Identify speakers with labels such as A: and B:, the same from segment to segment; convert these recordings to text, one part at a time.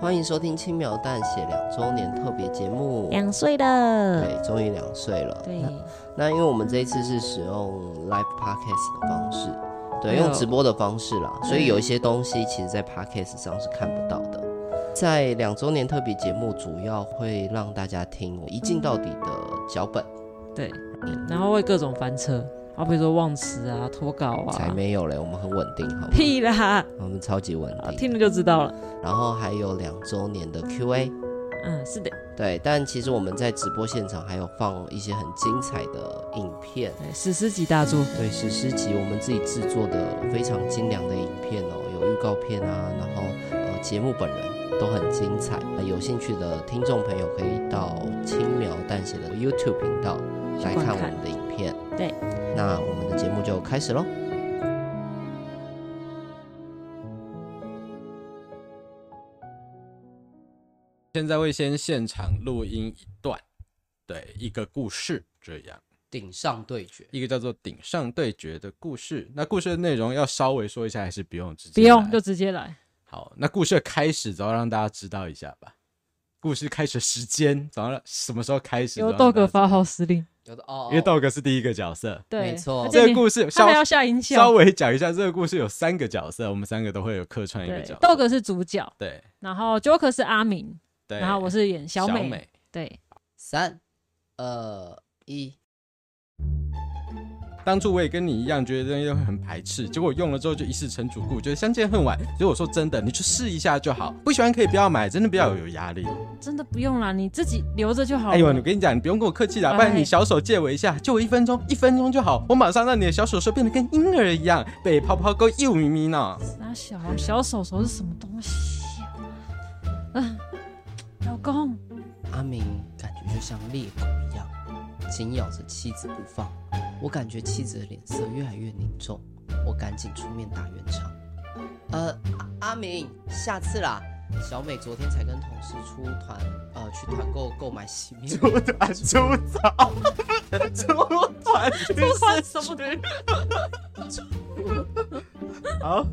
A: 欢迎收听轻描淡写两周年特别节目。
B: 两岁了，
A: 对，终于两岁了。
B: 对，
A: 那因为我们这一次是使用 live podcast 的方式，对，
B: 哎呦
A: 用直播的方式啦，
B: 嗯
A: 所以有一些东西其实，在 podcast 上是看不到的。在两周年特别节目，主要会让大家听我一镜到底的脚本，
B: 对
A: 嗯，
B: 然后会各种翻车，好比说忘词啊、脱稿
A: 才
B: 啊，
A: 没有嘞，我们很稳定，好吗？
B: 屁啦，
A: 我们超级稳
B: 啊
A: 定。
B: 听了就知道了。
A: 然后还有两周年的 Q&A，
B: 嗯，是的，
A: 对，但其实我们在直播现场还有放一些很精彩的影片，
B: 对，史诗级大作，
A: 对，史诗级我们自己制作的非常精良的影片哦，有预告片啊，然后呃节目本人都很精彩，呃有兴趣的听众朋友可以到轻描淡写的 YouTube 频道来看我们的影片。
B: 对，
A: 那我们的节目就开始喽。
C: 现在会先现场录音一段，对，一个故事这样，
A: 顶上对决，
C: 一个叫做顶上对决的故事。那故事的内容要稍微说一下，还是不用直接
B: 不
C: 来？
B: 用就直接来。
C: 好。那故事的开始，总要让大家知道一下吧。故事开始的时间，总要让什么时候开始？
B: 由
C: 总要
B: 豆
C: 让大
B: 哥
C: 家
B: 发号施令，
A: 有的哦
C: 因为豆哥是第一个角色。
B: 对，
A: 没错
B: 而且
C: 这
B: 你
C: 个故事
B: 他还要
C: 稍
B: 下音
C: 稍
B: 效，
C: 微讲一下，这个故事有三个角色，我们三个都会有客串一个
B: 对
C: 角，色。
B: 豆哥是主角，
C: 对
B: 然后 Joker 是阿明，
C: 对，
B: 然后我是演小
C: 美。
B: 美，对，
A: 三二一，
C: 当初我也跟你一样，觉得这些东西很排斥，结果用了之后就一试成主顾，觉得相见恨晚。所以我说真的，你去试一下就好，不喜欢可以不要买，真的不要有压力。
B: 真的不用啦，你自己留着就好了。
C: 哎呦，我跟你讲，你不用跟我客气啦，不然
B: 哎
C: 你小手借我一下，借我一分钟，一分钟就好，我马上让你的小手手变得跟婴儿一样，被泡泡勾又咪咪呢。
B: 那小小手手是什么东西啊？嗯、老公，
A: 阿明感觉就像猎狗一样，紧咬着妻子不放。我感觉妻子的脸色越来越凝重，我赶紧出面打圆场。呃，阿阿明，下次啦。小美昨天才跟同事出团，呃，去团购购买洗面 乳。
C: 团出草，出 团出
B: 算什么的？
C: 好，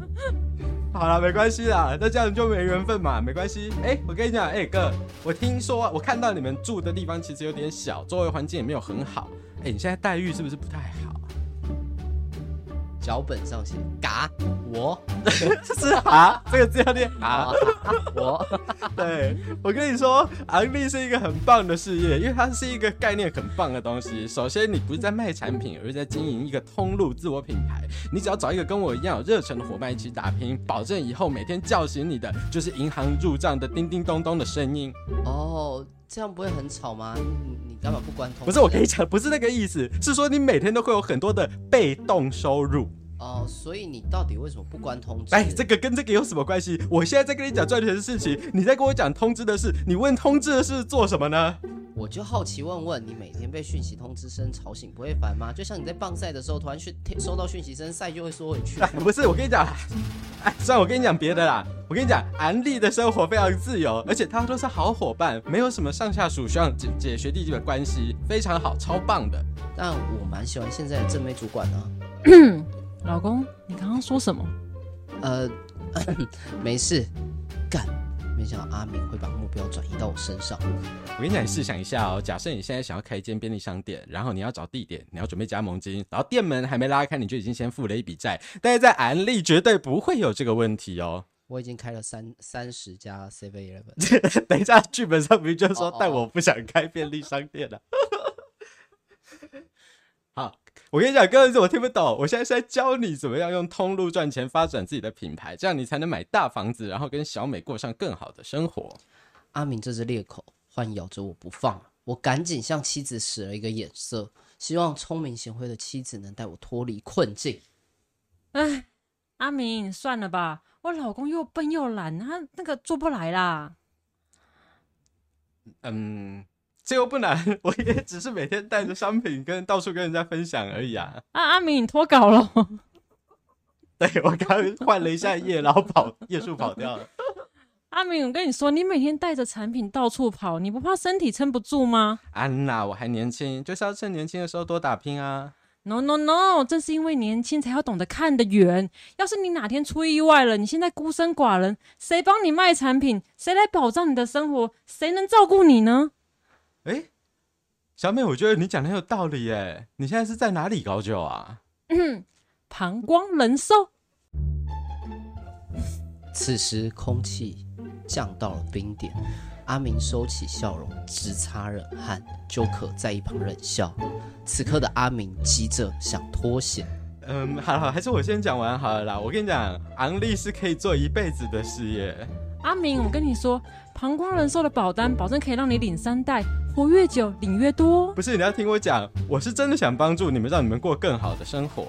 C: 好了，没关系啦，那这样就没缘分嘛，没关系。哎、我跟你讲，哎、哥，我听说啊，我看到你们住的地方其实有点小，周围环境也没有很好。哎、你现在待遇是不是不太好？
A: 脚本上写嘎我
C: 是啊，这个字要念啊
A: 啊。我，
C: 对，我跟你说，昂立是一个很棒的事业，因为它是一个概念很棒的东西。首先，你不是在卖产品，而是在经营一个通路自我品牌。你只要找一个跟我一样有热忱的伙伴一起打拼，保证以后每天叫醒你的就是银行入账的叮叮咚咚的声音。
A: 哦，这样不会很吵吗？你你干嘛不关通知？
C: 不是我跟你讲，不是那个意思，是说你每天都会有很多的被动收入。
A: 哦，所以你到底为什么不关通知？
C: 哎，这个跟这个有什么关系？我现在在跟你讲赚钱的事情，你在跟我讲通知的事，你问通知的事做什么呢？
A: 我就好奇问问，你每天被讯息通知声吵醒不会烦吗？就像你在棒赛的时候，突然去听收到讯息声，赛就会缩回 去
C: 哎。，不是，我跟你讲，哎，算了，我跟你讲别的啦。我跟你讲，安利的生活非常自由，而且大家都是好伙伴，没有什么上下属、学长姐姐、学弟弟的关系，非常好，超棒的。
A: 但我蛮喜欢现在的正妹主管啊。
B: 老公，你刚刚说什么？
A: 呃， 没事，干。没想到阿明会把目标转移到我身上。
C: 我跟你讲，你试想一下哦，假设你现在想要开一间便利商店，然后你要找地点，你要准备加盟金，然后店门还没拉开，你就已经先付了一笔债。但是在安利绝对不会有这个问题哦。
A: 我已经开了三三十家 Seven Eleven，
C: 等一下，剧本上明就
A: 哦
C: 说
A: 哦，
C: 但我不想开便利商店了。 好，我跟你讲，哥，我听不懂，我现在是在教你怎么样用通路赚钱，发展自己的品牌，这样你才能买大房子，然后跟小美过上更好的生活。
A: 阿明这只猎口换咬着我不放，啊我赶紧向妻子使了一个眼色，希望聪明贤惠的妻子能带我脱离困境。
B: 哎，阿明，算了吧，我老公又笨又懒，他那个做不来啦。
C: 嗯，这又不难，我也只是每天带着商品跟到处跟人家分享而已啊。
B: 啊，阿明，你脱稿了。
C: 对我刚换了一下页，然后跑页数跑掉了。
B: 阿明，我跟你说，你每天带着产品到处跑，你不怕身体撑不住吗？
C: 安娜，我还年轻，就是要趁年轻的时候多打拼啊。
B: No no no，正是因为年轻才要懂得看得远。要是你哪天出意外了，你现在孤身寡人，谁帮你卖产品？谁来保障你的生活？谁能照顾你呢？
C: 哎，小美，我觉得你讲的很有道理耶。你现在是在哪里高就啊？
B: 膀胱人寿。
A: 此时空气降到了冰点，阿明收起笑容，直擦冷汗。就可在一旁忍笑。此刻的阿明急着想脱险，
C: 嗯，好了，还是我先讲完好了啦。我跟你讲，昂立是可以做一辈子的事业。
B: 阿明，我跟你说，膀胱人寿的保单保证可以让你领三代，活越久领越多哦。
C: 不是，你要听我讲，我是真的想帮助你们，让你们过更好的生活。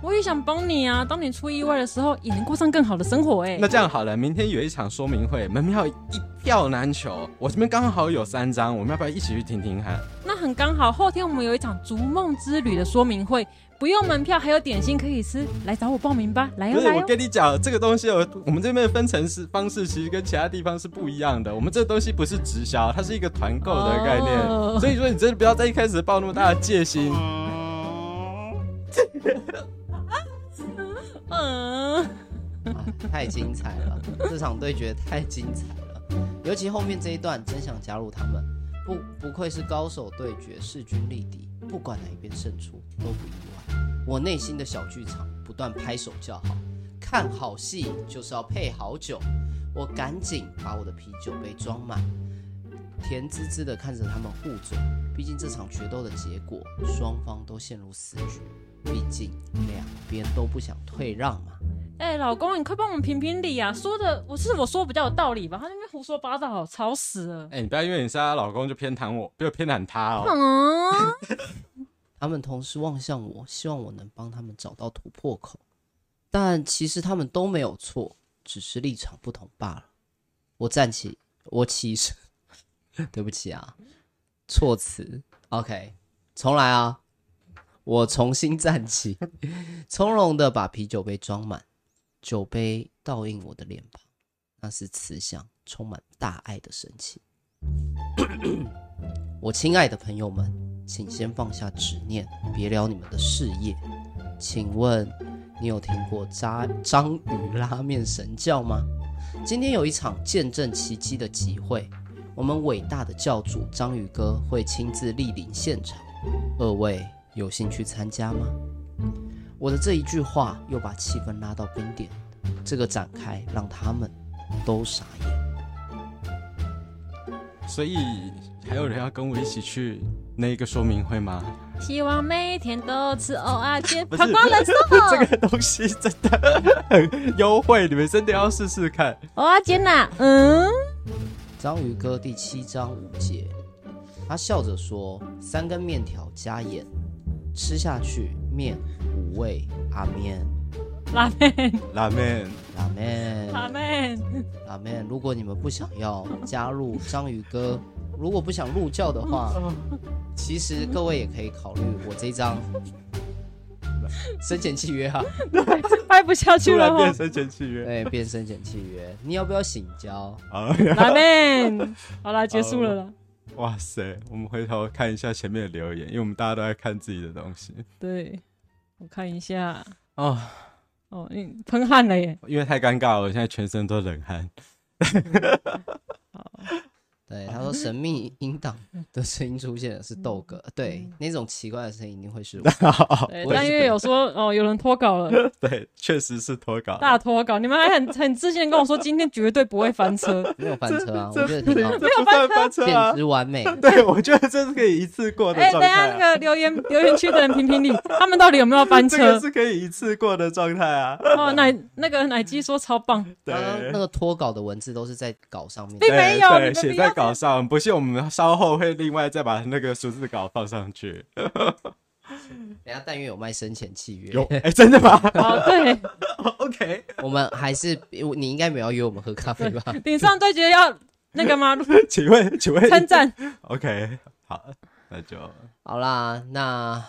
B: 我也想帮你啊，当你出意外的时候，也能过上更好的生活哎、
C: 那这样好了，明天有一场说明会，门票一票难求，我这边刚好有三张，我们要不要一起去听听看？
B: 那很刚好，后天我们有一场逐梦之旅的说明会，不用门票，还有点心可以吃，来找我报名吧，来
C: 不
B: 哦
C: 是，
B: 来
C: 我
B: 哦。
C: 跟你讲，这个东西我我们这边的分层式方式其实跟其他地方是不一样的。我们这东西不是直销，它是一个团购的概念。
B: 哦
C: 所以说，你真的不要在一开始抱那么大的戒心。
B: 嗯，
A: 啊，太精彩了！这场对决太精彩了，尤其后面这一段，真想加入他们。不，不愧是高手对决，势均力敌，不管哪一边胜出都不意外。我内心的小剧场不断拍手叫好，看好戏就是要配好酒。我赶紧把我的啤酒杯装满，甜滋滋的看着他们互嘴。毕竟这场决斗的结果，双方都陷入死局。毕竟两边都不想退让嘛。
B: 哎、老公，你快帮我们评评理啊！说的我是我说比较有道理吧，他那边胡说八道，吵死了。
C: 哎、你不要因为你是她老公就偏袒我，不要偏袒她哦。
B: 嗯，
A: 他们同时望向我，希望我能帮他们找到突破口。但其实他们都没有错，只是立场不同罢了。我站起，我起身， 对不起啊，措辞 OK，重来啊！我重新站起，从容的把啤酒杯装满，酒杯倒映我的脸庞，那是慈祥、充满大爱的神情。 我亲爱的朋友们，请先放下执念，别聊你们的事业。请问，你有听过章章鱼拉面神教吗？今天有一场见证奇迹的集会，我们伟大的教主章鱼哥会亲自莅临现场，二位有兴趣参加吗？我的这一句话又把气氛拉到冰点，这个展开让他们都傻眼。
C: 所以还有人要跟我一起去那个说明会吗？
B: 希望每天都吃偶 尔煎
C: 不是
B: 膀胱人寿，
C: 这个东西真的很优惠，你们真的要试试看。
B: 偶尔煎呐，嗯，
A: 章鱼哥第七章五节，他笑着说：“三根面条加盐，吃下去面五味阿面
B: 拉面，
C: 拉面，
A: 拉面
B: 拉面，
A: 拉面。如果你们不想要加入章鱼哥，如果不想入教的话，其实各位也可以考虑我这一张生前契约啊，
B: 掰不下去
C: 突
B: 了
C: 然变
B: 哦，
C: 成前契约
A: 对，变生前契约。你要不要醒交？
C: 啊！
B: 拉面，好啦，结束了啦。
C: 哇塞，我们回头看一下前面的留言，因为我们大家都在看自己的东西
B: 对，我看一下，
C: 哦，
B: 哦，你喷汗了耶。
C: 因为太尴尬了，我现在全身都冷 汗。
B: 好，
A: 对，他说神秘音档的声音出现的是豆哥，对，那种奇怪的声音一定会是我。
B: 对，
A: 我也
B: 但
A: 是
B: 因为有说哦，有人脱稿了，
C: 对，确实是脱稿。
B: 大脱稿，你们还很 很自信的跟我说今天绝对不会翻 车，
A: 没有翻车啊，
C: 这
A: 我觉得挺好
C: 这，不算翻车
A: 简
C: 啊！
A: 直完美。
C: 对，我觉得这是可以一次过的
B: 哎、
C: 状
B: 等一下那
C: 态啊、
B: 个留言 留言区的人评评理，他们到底有没有翻
C: 这
B: 车
C: 个？是可以一次过的状态啊！
B: 哦，奶那个奶鸡说超棒，
C: 对，哎
A: 刚刚那个脱稿的文字都是在稿上面，
B: 并没呃有，你
C: 对，
B: 们
C: 写
B: 不要
C: 在稿上，不信我们稍后会另外再把那个数字稿放 上去。
A: 人家但愿有卖生前契约。
C: 有，哎、真的吗
B: 哦，对，
C: ？OK，
A: 我们还是你应该没有要约我们喝咖啡吧？
B: 顶上对决要那个 吗？
C: 请问，请问
B: 参战，
C: ，OK，好，那就
A: 好啦，那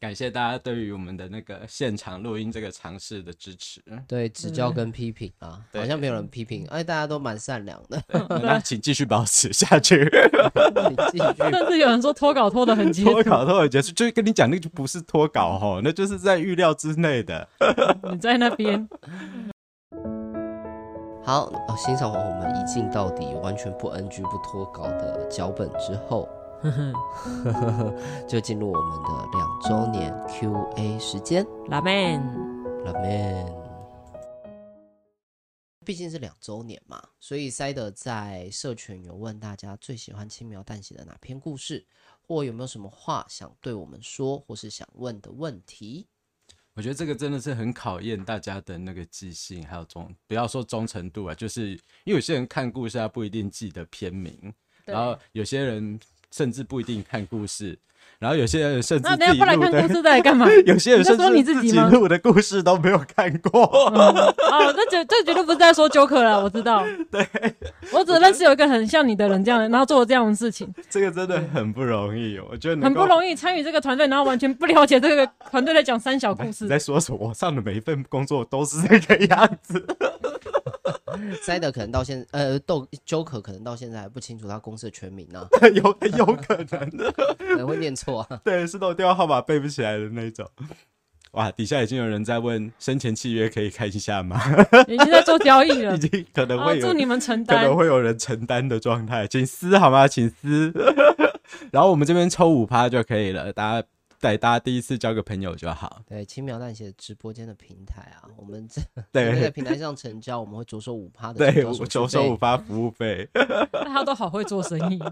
C: 感谢大家对于我们的那个现场录音这个尝试的支 持。
A: 对，指教跟批评啊，
C: 对
A: 好像没有人批评，哎，大家都蛮善良的。
C: 对那请继续保持下去。
A: 你继续，
B: 甚至有人说脱稿脱的很结
C: 脱稿脱稿结束，就是跟你讲，那个就不是脱稿哦，那就是在预料之内的。
B: 你在那边，
A: 好，呃欣赏完我们一镜到底、完全不 NG 不脱稿的脚本之 后， 就进入我们的两周年 Q&A 时间。
D: 拉面，
A: 拉面。毕竟是两周年嘛，所以塞德在社群有问大家最喜欢轻描淡写的哪篇故事，或有没有什么话想对我们说，或是想问的问题。
C: 我觉得这个真的是很考验大家的那个记性，还有忠，不要说忠诚度啊，就是因为有些人看故事他不一定记得片名，然后有些人甚至不一定看故事，然后有些人甚至
B: 那
C: 自
B: 啊等一
C: 己
B: 下不来
C: 录
B: 看故
C: 的，
B: 事再来干嘛？
C: 有些人
B: 你在
C: 甚
B: 说你
C: 至
B: 自己
C: 己
B: 吗
C: 录的故事都没有看过。
B: 哦，那绝这绝对不是在说 Joker 了，我知 道。对，我只认识有一个很像你的人这样的，然后做了这样的事 情，
C: 这个真的很不容易，我觉得
B: 很不
C: 易。
B: 容易参与这个团队，然后完全不了解这个团队在讲三小故
C: 哎 你
B: 事。
C: 在说什么？我上的每一份工作都是这个样子。
A: 塞德可能到现呃，豆 Joker 可能到现在还不清楚他公司的全名呢、啊
C: 有很有可能的，
A: 可能会念错 啊。
C: 对，是那种电话号码背不起来的那种。哇，底下已经有人在问生前契约可以看一下吗？
B: 你已经在做交易了
C: 已，经可能
B: 啊，
C: 会有、
B: 祝你们承
C: 可
B: 担
C: 能。会有人承担的状态，请撕好吗？请撕。 然后我们这边抽五趴就可以了，大家对大家第一次交个朋友就好。
A: 对，轻描淡写直播间的平台啊，我们这我们在
C: 对
A: 平台上成交，我们会着手五趴的
C: 对，
A: 成
C: 我
A: 交手续费，
C: 九收五趴服务费。
B: 大家都好会做生 意。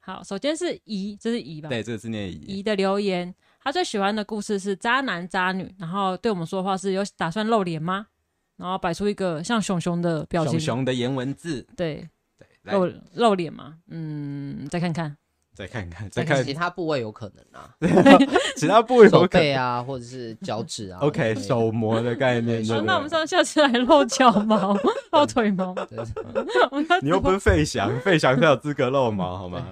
B: 好，首先是怡，这是怡吧？
C: 对，这个是念
B: 怡
C: 姨。
B: 的留言，他最喜欢的故事是渣男渣女，然后对我们说的话是有打算露脸吗？然后摆出一个像熊熊的表情，
C: 熊熊的颜文字，
B: 对，
C: 对，来
B: 露露脸嘛，嗯，再看看，
C: 再看看，再
A: 但
C: 看
A: 是其他部位有可能 啊，
C: 其他部位有
A: 手
C: 可
A: 背
C: 能。
A: 啊，或者是脚趾啊。
C: OK，
A: 之类的
C: 手模的概念。
A: 对
C: 对
B: 好
C: 不
B: 那
C: 对
B: 我们上下次来露脚 毛、露腿毛，
A: 对
B: 我们要
C: 你又不
B: 直
C: 是费翔，费翔才有资格露毛，好吗？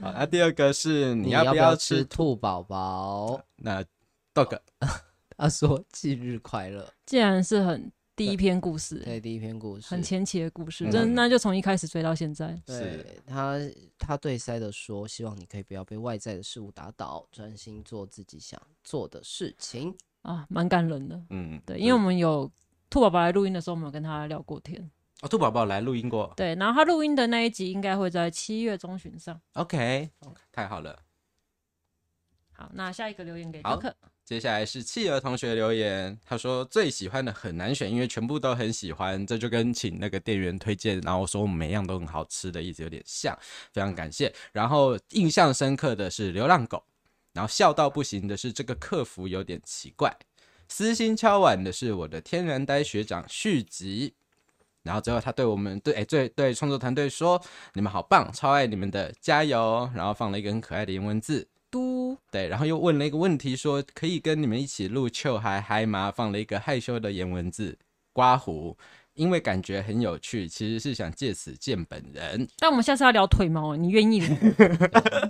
C: 好，那第二个是你
A: 你
C: 要
A: 要
C: 不
A: 不
C: 要
A: 要
C: 吃
A: 吃？兔宝宝？
C: 那 dog
A: 他说忌日快乐。
B: 既然是很第一篇故事、
A: 对，第一篇故事，
B: 很前期的故事，
C: 嗯
B: 真、那就从一开始追到现在，
A: 对他，他对塞德说：“希望你可以不要被外在的事物打倒，专心做自己想做的事情。
B: 啊，蛮感人的。
C: 嗯，
B: 对，因为我们有兔宝宝来录音的时候，我们有跟他聊过天。
C: 哦，兔宝宝来录音过
B: 对，然后他录音的那一集应该会在七月中旬上。
C: ，OK，太好了。
B: 好，那下一个留言给
C: 好
B: 周克，
C: 接下来是企鹅同学留言，他说最喜欢的很难选，因为全部都很喜欢，这就跟请那个店员推荐，然后说我们每样都很好吃的意思有点像，非常感谢。然后印象深刻的是流浪狗，然后笑到不行的是这个客服有点奇怪，私心敲碗的是我的天然呆学长续集。然后最后，他对我们对哎对对创作团队说：“你们好棒，超爱你们的，加油！”然后放了一个很可爱的英文字，
B: 嘟，
C: 对，然后又问了一个问题说，可以跟你们一起录《秋嗨嗨》吗？放了一个害羞的颜文字刮胡，因为感觉很有趣，其实是想借此见本人。
B: 但我们下次要聊腿毛，你愿意 吗？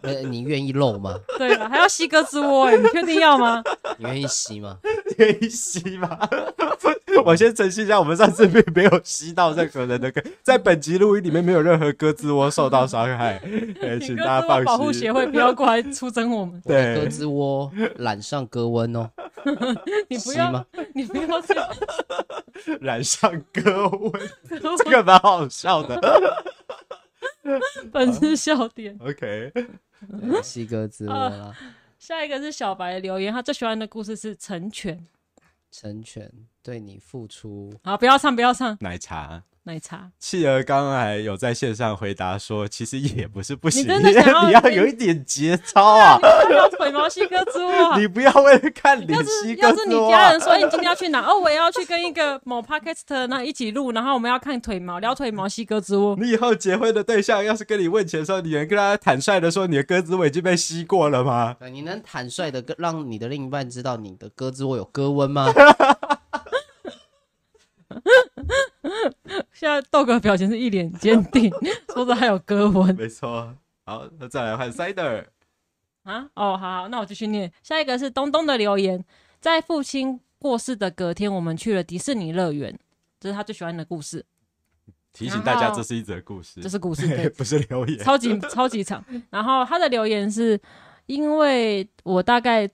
A: 呃，你愿意露吗？
B: 对啊吧？还要吸胳肢窝，哎，你确定要吗？
A: 你愿意吸吗？
C: 可以吸吗？ 我先澄清一下，我们上次并没有吸到任何人的 歌，在本集录音里面没有任何鸽子窝受到伤害， 哎，
B: 请
C: 请
B: 胳肢
C: 大家
B: 窝保
C: 放
B: 护
C: 心
B: 协。会不要过来出征我 们，
A: 我的
C: 对
A: 胳肢窝染上胳温 哦，
B: 你不
A: 吸
B: 要
A: 吗，
B: 你不 要这样，
C: 染上鸽吻，这个蛮好笑的。
B: 本是笑点。
C: OK，
A: 对吸胳肢窝啦，
B: 下一个是小白的留言，他最喜欢的故事是成全。
A: 成全对你付出。
B: 好，不要唱，不要唱
C: 奶茶。
B: 奶茶。
C: 企鹅刚才有在线上回答说，其实也不是不行，
B: 你真的
C: 因为
B: 想要
C: 你要有一点节操啊！
B: 他聊腿毛吸胳肢窝啊，
C: 你不要为了看脸
B: 要
C: 吸
B: 是
C: 个
B: 要是你
C: 多
B: 家
C: 啊
B: 人！说哎你今天要去哪，哦，我也要去跟一个某 podcaster 那一起录，然后我们要看腿毛，聊腿毛吸胳肢窝，
C: 你以后结婚的对象要是跟你问钱的时候，你能跟他坦率的说你的鸽子尾已经被吸过了吗？
A: 对，你能坦率的让你的另一半知道你的胳肢窝有胳温吗？
B: 现在豆哥表情是一脸 坚定，说着还有哥文。
C: 没错。好，那再来换 Cider。
B: 啊，哦，好好，那我继续念。下一个是东东的留言，在父亲过世的隔天，我们去了迪士尼乐园，这是他最喜欢的故事，
C: 提醒大家，
B: 然后
C: 这是一则故事，
B: 这是故事，对
C: ，不是留言。
B: 超级超级长。然后他的留言是：因为我大概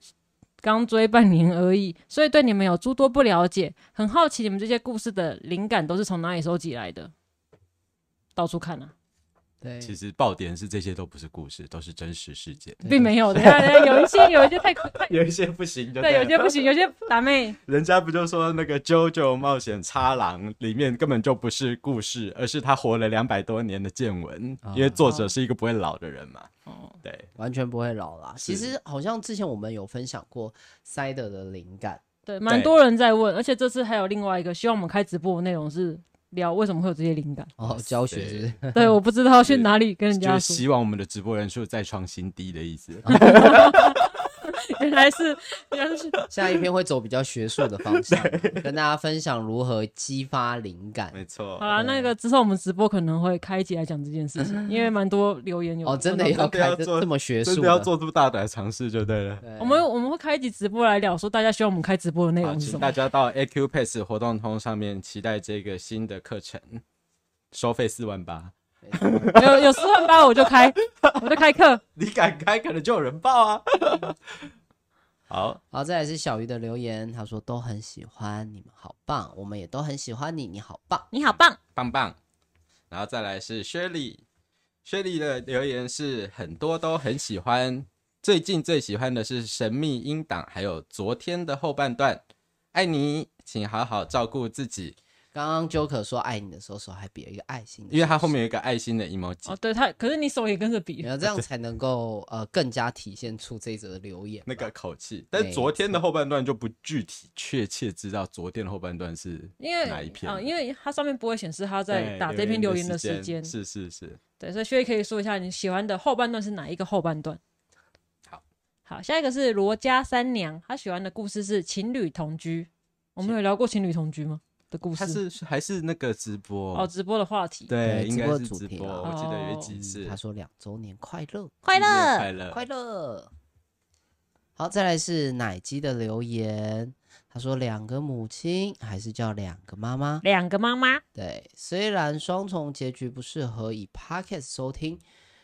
B: 刚追半年而已，所以对你们有诸多不了解，很好奇你们这些故事的灵感都是从哪里收集来的？到处看啊，
A: 对，
C: 其实爆点是这些都不是故事，都是真实事件。
A: 对
B: 并没有的，对啊有一些有一些太 太
C: 有一些不行就
B: 对，有
C: 了
B: 些不行，有些打妹
C: 人家不就说那个《JoJo 冒险插狼》里面根本就不是故事，而是他活了两百多年的见闻，
A: 啊
C: 因为作者是一个不会老的人嘛。
B: 哦，
C: 对，
A: 完全不会老啦。其
C: 是
A: 实好像之前我们有分享过 Side 的灵感，
B: 对，蛮多人在问，而且这次还有另外一个，希望我们开直播的内容是聊为什么会有这些灵感。
A: 哦，教学是不是？
B: 对，我不知道去哪里跟人
C: 就
B: 家
C: 是
B: 说，
C: 希望我们的直播人数再创新低的意思。
B: 原来是原来是
A: 下一篇会走比较学术的方 向，跟大家分享如何激发灵感。
C: 没错
B: 好，啦，那个之后我们直播可能会开一集来讲这件事情，因为蛮多留言有
A: 哦，真的
B: 有。
A: 要
C: 真的要
A: 开这
C: 做
A: 这么学
C: 真
A: 术
C: 的要做出大胆尝试就对了。
A: 对
B: 我们我们会开一集直播来聊，说大家希望我们开直播的内
C: 好，
B: 容是
C: 请
B: 什
C: 大
B: 么？
C: 家到 AQ Pass 活动通上面期待这个新的课程，收费四万八。
B: 有有四万八我就开， 我就开课。
C: 你敢开，可能就有人报 啊。好，
A: 好，再来是小鱼的留言，他说都很喜欢你们，好棒，我们也都很喜欢你，你好棒。
B: 你好棒，
C: 棒棒。然后再来是薛丽，薛丽的留言是很多都很喜欢，最近最喜欢的是《神秘音档》，还有昨天的后半段。爱你，请好好照顾自己，
A: 刚刚 Joker 说爱你的时候，手还比了一个爱心的手势，
C: 因为它后面有一个爱心的 emoji，、
B: 哦，对他，可是你手也跟着比
A: 然，后这样才能够呃更加体现出这一则的留言。
C: 那个口气。但昨天的后半段就不具体确切知道昨天的后半段是
B: 因为
C: 哪一篇
B: 啊、因为它上面不会显示他在
C: 对
B: 打这篇留言的时
C: 时
B: 间，
C: 是是是。
B: 对，所以薛可以说一下你喜欢的后半段是哪一个后半段？
C: 好，
B: 好，下一个是罗家三娘，她喜欢的故事是情侣同居。我们有聊过情侣同居吗？的故
C: 他
B: 事
C: 是是还是那个直播
B: 哦，直播的话题。
C: 对，
A: 对
C: 应该
A: 直播
C: 是
A: 主
C: 直
A: 题
C: 播，
A: 啦
C: 我记得有一集
A: 嗯
C: 是
A: 他说两周年快乐，
B: 快
C: 乐
B: 乐
C: 快乐
A: 快乐。好，再来是奶鸡的留言，他说两个母亲还是叫两个妈妈。
B: 两个妈妈，
A: 对，虽然双重结局不适合以 podcast 收听，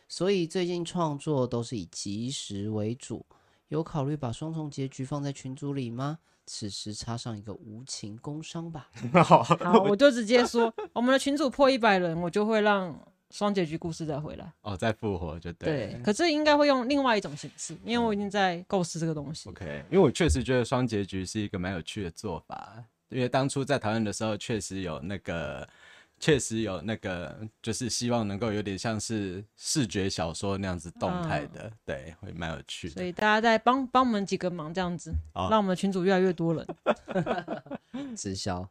A: 所以最近创作都是以即时为主。有考虑把双重结局放在群组里吗？此时插上一个无情工伤吧。
B: 好，我就直接说，我们的群主破一百人，我就会让双结局故事再回来。
C: 哦，再复活就对。
B: 对，可是应该会用另外一种形式，因为我已经在构思这个东西。
C: OK，因为我确实觉得双结局是一个蛮有趣的做法，因为当初在讨论的时候，确实有那个，确实有那个，就是希望能够有点像是视觉小说那样子动态的，对，会蛮有趣
B: 嗯所
C: 的。
B: 以大家再帮帮我们几个忙，这样子，
C: 好
B: 让我们的群主越来越多 人。
A: 直销。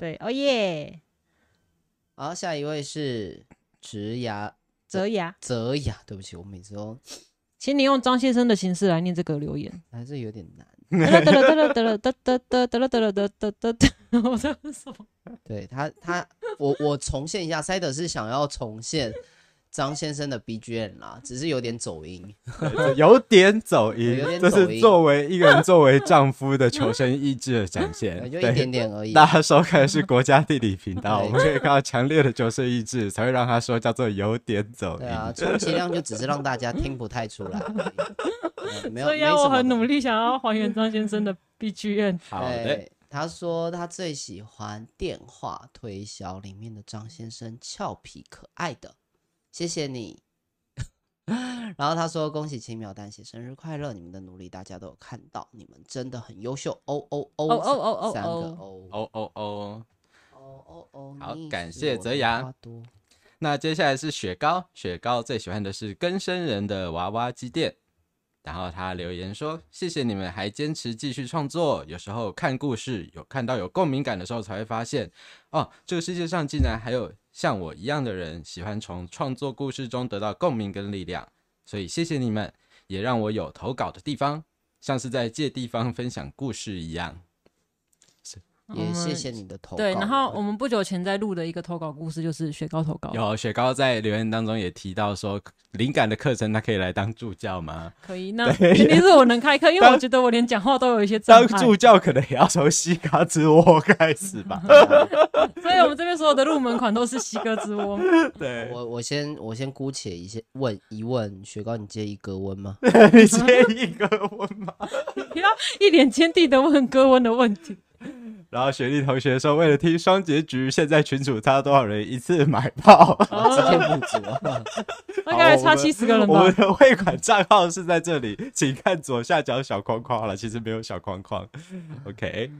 B: 对，哦耶，
A: 好，下一位是植牙
B: 泽雅，
A: 泽雅，对不起，我每次都
B: 请你用张先生的形式来念这个留言。
A: 还是哎有点难。
B: 得了得了得了得了得了得了得了得了得了得了得了，我在问什么？
A: 对他，他我我重现一下，塞德是想要重现张先生的 BGM 啦，只是有点走音。
C: 对有点走音，
A: 有点
C: 这
A: 走音
C: 是作为一个人作为丈夫的求生意志的展
A: 对
C: 现。
A: 呃就一
C: 哎对，
A: 点点而已。
C: 大家收看的是国家地理频道，
A: 对
C: 我们可以看到强烈的求生意志，才会让他说叫做有点走
A: 对
C: 音。
A: 啊，充其量就只是让大家听不太出来而已，呃没有
B: 所
A: 没
B: 以
A: 有没
B: 啊，
A: 什
B: 我
A: 么
B: 很
A: 的
B: 努力想要还原张先生的 BGM。
C: 好的，
A: 对，他说他最喜欢电话推销里面的张先生俏皮可爱的，谢谢你。 然后他说：“恭喜轻描淡写生日快乐！你们的努力大家都有看到，你们真的很优秀。”哦哦哦
B: 哦哦哦
A: 三个
B: 哦
A: 哦
C: 哦哦哦。
A: 哦哦哦。
C: 好
A: 你
C: 感
A: 是
C: 谢
A: 我的
C: 泽阳
A: 花朵
C: 那接下来是雪糕，雪糕最喜欢的是根生人的娃娃机店。然后他留言说：“谢谢你们还坚持继续创作。有时候看故事，有看到有共鸣感的时候，才会发现，哦，这个世界上竟然还有像我一样的人，喜欢从创作故事中得到共鸣跟力量。所以谢谢你们，也让我有投稿的地方，像是在借地方分享故事一样。是
A: 也谢谢你的投稿。
B: 嗯对，然后我们不久前在录的一个投稿故事就是雪糕投稿，
E: 有雪糕在留言当中也提到说，灵感的课程他可以来当助教吗？
B: 可以。那肯定是我能开课，因为我觉得我连讲话都有一些障
E: 当
B: 碍，
E: 助教可能也要从西嘎之窝开始 吧？
B: 所以我们这边所有的入门款都是西哥之窝。
E: 对，
A: 我我先我先姑且一些问一问雪糕，你介意格温 吗？
E: 你介意哥问吗？
B: 不要一脸坚定的问哥温的问题。
E: 然后雪莉同学说，为了听双结局，现在群主差多少人一次买爆？
A: 今天
B: 哦，
A: 不足啊，
B: 大概
E: 好我
B: 差
E: 们
B: 七十个人
E: 我
B: 吧
E: 们。的汇款账号是在这里，请看左下角小框框了。其实没有小框框。OK，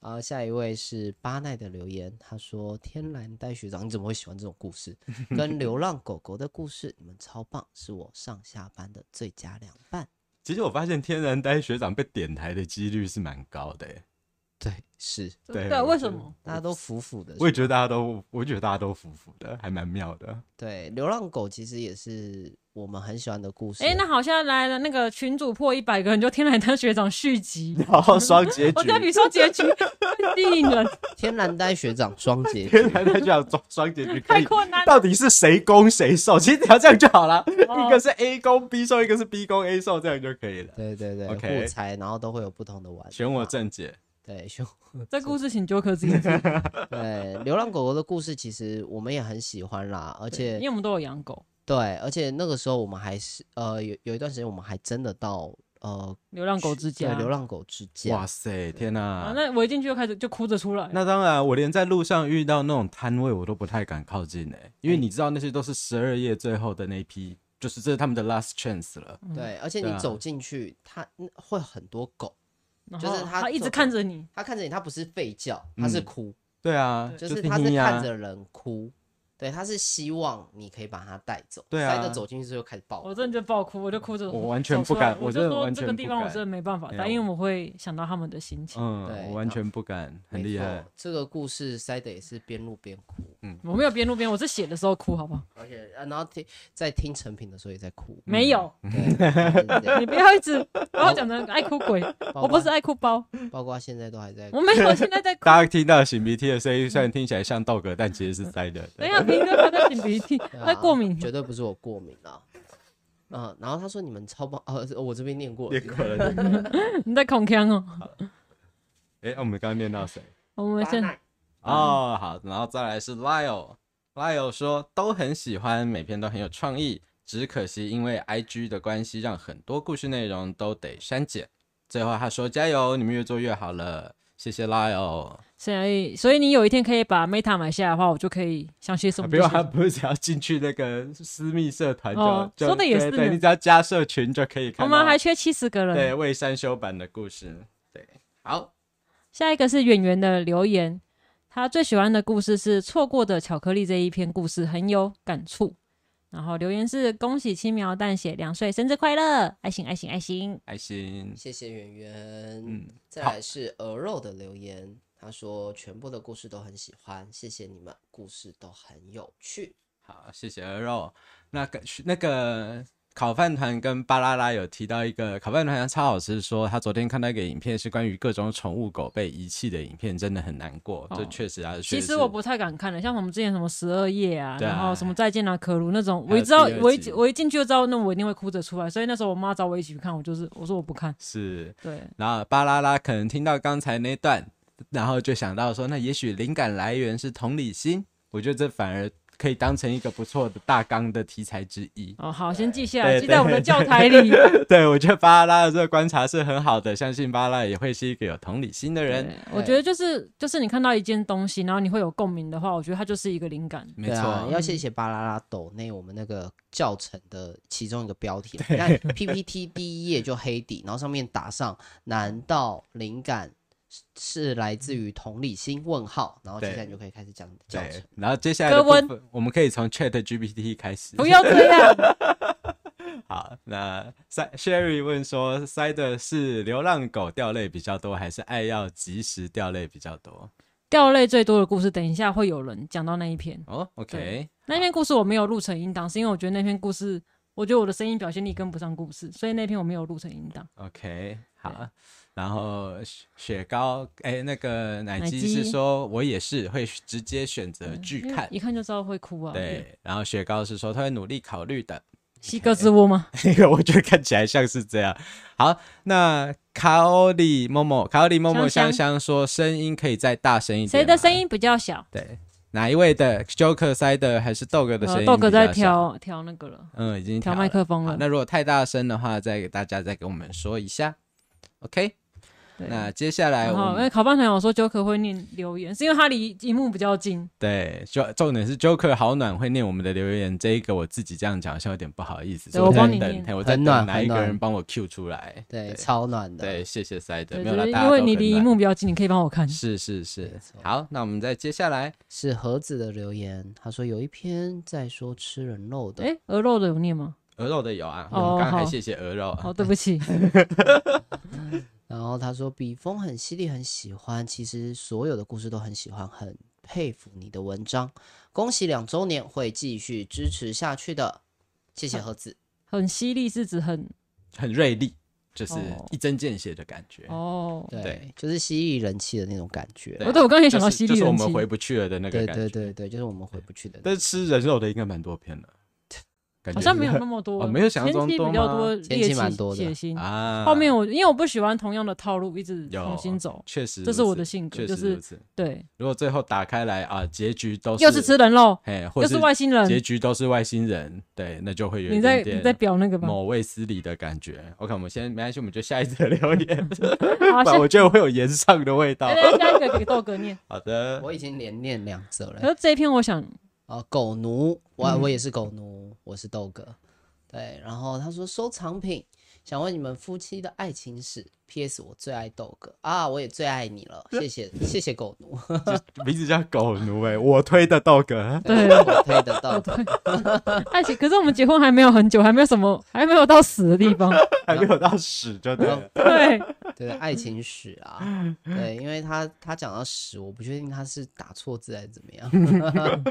A: 然后呃下一位是巴奈的留言，他说：“天蓝呆学长，你怎么会喜欢这种故事？跟流浪狗狗的故事，你们超棒，是我上下班的最佳良伴。
E: 其实我发现天然呆学长被点台的几率是蛮高的、欸。”
A: 对，是
E: 对
B: 对，为什么？
A: 大家都服服的。
E: 我也觉得大家都，我觉得大家都服服的，还蛮妙的。
A: 对，流浪狗其实也是我们很喜欢的故事。
B: 哎，那好，现在来了那个群主破一百个人，就天来当学长续集。
E: 然后双结
B: 我
E: 局，
B: 觉 得比说结局更吸引人，
A: 天蓝呆学 长双结局
E: 天然呆学长双双结局可
B: 太
E: 以。
B: 困难了。
E: 到底是谁攻谁受？ 其实只要这样就好了，
B: 哦
E: 一个是 A 攻 B 受，一个是 B 攻 A 受，这样就可以了。
A: 对对对
E: OK
A: 互猜，然后都会有不同的玩法。
E: 选我正解，
A: 对选
B: 这故事请 Joker 自己讲，
A: 对，流浪狗狗的故事其实我们也很喜欢啦，而且
B: 因为我们都有养狗，
A: 对，而且那个时候我们还是呃有有一段时间我们还真的到呃
B: 流浪狗之家。
A: 对流浪狗之
E: 哇
A: 家，
E: 塞，天哪、
B: 啊，那我一进去就开始就哭着出来。
E: 那当然，我连在路上遇到那种摊位，我都不太敢靠近哎、因为你知道那些都是十二页最后的那一批，就是这是他们的 last chance 了。
A: 对，而且
E: 对啊
A: 你走进去，它嗯会很多狗，
B: 然
A: 就是
B: 后
A: 他
B: 他一直看着你，
A: 它看着你，它不是吠叫，它是
E: 嗯
A: 哭，
E: 对啊，
A: 就是
E: 听
A: 它是
E: 听呀
A: 看着人哭，对，它是希望你可以把它带走，
E: 对
A: 塞
E: 啊哦
A: 着走进去之后开始爆哭，
B: 我真的就爆哭，我就哭着，
E: 我完全不敢
B: 我
E: 我
B: 就
E: 真的
B: 说
E: 完
B: 这
E: 全
B: 个
E: 不
B: 地方我
E: 敢
B: 真的没办法
E: 没，有
B: 但因为我会想到他们的心情。
E: 嗯，
A: 对
E: 我完全不敢，很
A: 没
E: 厉害嗯
A: 错。，这个故事塞的也是边录边哭，
B: 我没有边录边，我是写的时候哭，好不好？
A: 而且呃然后听在听成品的时候也在哭，
E: 嗯
B: 没有，
A: 对，就是这样
B: 你不要一直把我讲成爱哭鬼，
A: 包
B: 我不
A: 括
B: 是爱哭包，
A: 包括现在都还在
B: 我没有，现在 在哭。
E: 大家听到擤鼻涕的声音，虽然听起来像豆哥，但其实是塞的。
B: 等一下，平哥他在擤鼻涕，
A: 对
B: 他
A: 啊
B: 在过敏。
A: 绝对不是我过敏啦。嗯，然后他说你们超棒，呃，我这边念过了
E: 念过了，念过了。
B: 你在恐腔哦。
E: 哎，我们刚刚念到谁？
B: 我们先
A: 巴奈
E: 哦，好，然后再来是 Lyle。Lyle 说都很喜欢，每篇都很有创意，只可惜因为 IG 的关系，让很多故事内容都得删减。最后他说：“加油，你们越做越好了。”谢谢 Lyle。
B: 所以，所以你有一天可以把 Meta 买下来的话，我就可以想写什么
E: 啊不
B: 就写
E: 用，
B: 什
E: 他
B: 么。
E: 不是只要进去那个私密社团就、
B: 哦
E: 就
B: 说得也是
E: 对对
B: 呢
E: 你只要加社群就可以
B: 我
E: 看到。
B: 们还缺七十个人
E: 对。未删修版的故事。对，好，
B: 下一个是演员的留言，他最喜欢的故事是《错过的巧克力》这一篇故事，很有感触。然后留言是恭喜轻描淡写两岁生日快乐，爱心爱心爱心。
E: 爱心。
A: 谢谢圆圆。
E: 嗯
A: 再来是鹅肉的留言，他说全部的故事都很喜欢，谢谢你们，故事都很有趣。
E: 好，谢谢鹅肉。那个那个烤饭团跟巴啦啦有提到一个烤饭团超老师说，他昨天看到一个影片，是关于各种宠物狗被遗弃的影片，真的很难过。
B: 哦
E: 这确实啊，
B: 其
E: 确
B: 实
E: 实
B: 我不太敢看的，像我们之前什么十二夜啊，
E: 对啊
B: 然后什么再见啊可鲁那种，
E: 还有
B: 我一知道
E: 第二，集
B: 我一我一进去就知道，那我一定会哭着出来。所以那时候我妈找我一起去看，我就是我说我不看。
E: 是。
B: 对，
E: 然后巴啦啦可能听到刚才那段，然后就想到说，那也许灵感来源是同理心。我觉得这反而可以当成一个不错的大纲的题材之 一。
B: 哦好，先记下来，
E: 对
B: 记在我们的
E: 对
B: 教材里。
E: 对，我觉得巴啦啦的这个观察是很好的，相信巴啦啦也会是一个有同理心的人。哎
B: 对我觉得就是就是你看到一件东西，然后你会有共鸣的话，我觉得它就是一个灵 感。
E: 没
A: 对
E: 错，
A: 啊，要谢谢巴啦啦抖内我们那个教程的其中一个标题，但 PPT 第一页就黑底，然后上面打上“难道灵感是是来自于同理心？”问号，然后接
E: 对
A: 下来你就可以开始讲教程
E: 对。，然后接下来的
B: 柯
E: 部
B: 文
E: 分，我们可以从 Chat GPT 开始。
B: 不要这样，
E: 好，那 Sa- Sherry 问说，塞的是流浪狗掉泪比较多，还是爱要及时掉泪比较多？
B: 掉泪最多的故事，等一下会有人讲到那一篇。
E: 哦，OK，
B: 那篇故事我没有录成音档，是因为我觉 得那篇故事，我觉得我的声音表现力跟不上故事，所以那篇我没有录成音档。
E: OK，好。然后雪雪糕，哎，那个奶
B: 奶
E: 鸡
B: 鸡嗯
E: 是说，我也是会直接选择拒
B: 因为
E: 看，
B: 一看就知道会哭啊。，
E: 对。然后雪糕是说他会努力考虑的，
B: 西哥之窝吗？
E: 那个我觉得看起来像是这样。好，那卡欧里默默，卡欧里默默
B: 香
E: 香香说声音可以再大声一点，
B: 谁的声？音比较小？
E: 对，哪一位的？Joker 塞的还是豆哥的声音
B: 呃，
E: 比
B: 豆哥
E: 较小？
B: 在调调那个了，
E: 嗯，已经
B: 调
E: 了
B: 麦克风
E: 好
B: 了。
E: 那如果太大声的话，再给大家再给我们说一下。OK，
B: 对
E: 那接下来
B: 然
E: 我
B: 后，哎因
E: 们
B: 为考班团有说 Joker 会念留言，是因为他离荧幕比较近。
E: 对，就重点是 Joker 好暖会念我们的留言，这一个我自己这样讲好像有点不好意思，
B: 对
E: 所以我
B: 我
E: 在
B: 帮你
E: 等，
B: 念
E: 嘿我在等
A: 很暖
E: 哪一
A: 很
E: 个
A: 暖
E: 人帮我 Q 出来。
A: 对，超暖的。
E: 对，谢谢塞德，
B: 对，
E: 没
B: 就
E: 有啦，
B: 是
E: 大家
B: 因为
E: 都
B: 你
E: 很
B: 离荧
E: 暖
B: 幕比较近，你可以帮我看。
E: 是是是
A: 没错，
E: 好，那我们再接下来，
A: 是盒子的留言，他说有一篇在说吃人肉的，
B: 哎，鹅肉的有念吗？
E: 鹅肉的有啊，
B: 哦
E: 我们刚
B: 好
E: 才谢谢鹅肉啊，
B: 哦，对不起，
A: 然后他说笔锋很犀利，很喜欢，其实所有的故事都很喜欢，很佩服你的文章，恭喜两周年，会继续支持下去的，谢谢盒子。
B: 很犀利是指 很
E: 很锐利，就是
B: 哦
E: 一针见血的感觉。
B: 哦。
A: 对
E: 对，
A: 就是犀利人气的那种感觉
E: 对啊
A: 啦。
B: 哦，对，我刚才也想到
E: 就是
B: 犀
E: 就
B: 利
E: 是我
B: 人气
E: 们。回不去了的那个
A: 对
E: 感觉。
A: 对对对，就是我们回不去的那种。
E: 但是吃人肉的应该蛮多篇的，感觉
B: 好像没有
E: 是
B: 那么多，
E: 哦没有想象中
B: 前期
E: 多
B: 比较
E: 吗
B: 多
A: 前
B: 猎
A: 期蛮
B: 奇
A: 多的
B: 血腥。
E: 啊。
B: 后面我因为我不喜欢同样的套路，一直
E: 有
B: 重新走。
E: 确实如此，
B: 这是我的性格
E: 确实
B: 就是
E: 如此
B: 对，
E: 如果最后打开来啊，结局都
B: 又是吃，人肉，
E: 哎，或
B: 又是外星
E: 结
B: 人。
E: 局都是外星人，对，那就会有一
B: 你在
E: 点点
B: 你在表那个吧？
E: 某卫斯理的感觉。OK，我们先没关系，我们就下一则 留言，
B: 好，
E: 不
B: 下
E: 然我觉得会有延上的味道
B: 来。来下一个给豆哥 念。
E: 好的，
A: 我已经连念两则了
B: 可。是这一篇我想
A: 啊，狗奴，我我也
E: 嗯
A: 是狗奴，我是豆哥。对，然后他说收藏品，想问你们夫妻的爱情史。P.S. 我最爱豆哥啊，我也最爱你了，谢谢谢谢狗 奴，
E: 名字叫狗奴哎，我推的豆哥。
B: 对，
A: 我推得到的。
B: 爱情，可是我们结婚还没有很久，还没有什么，还没有到死的地方。
E: 还没有到屎就对了。
B: 对，
A: 对，爱情史啊，对，因为他他讲到史，我不确定他是打错字还是怎么样。
E: 嗯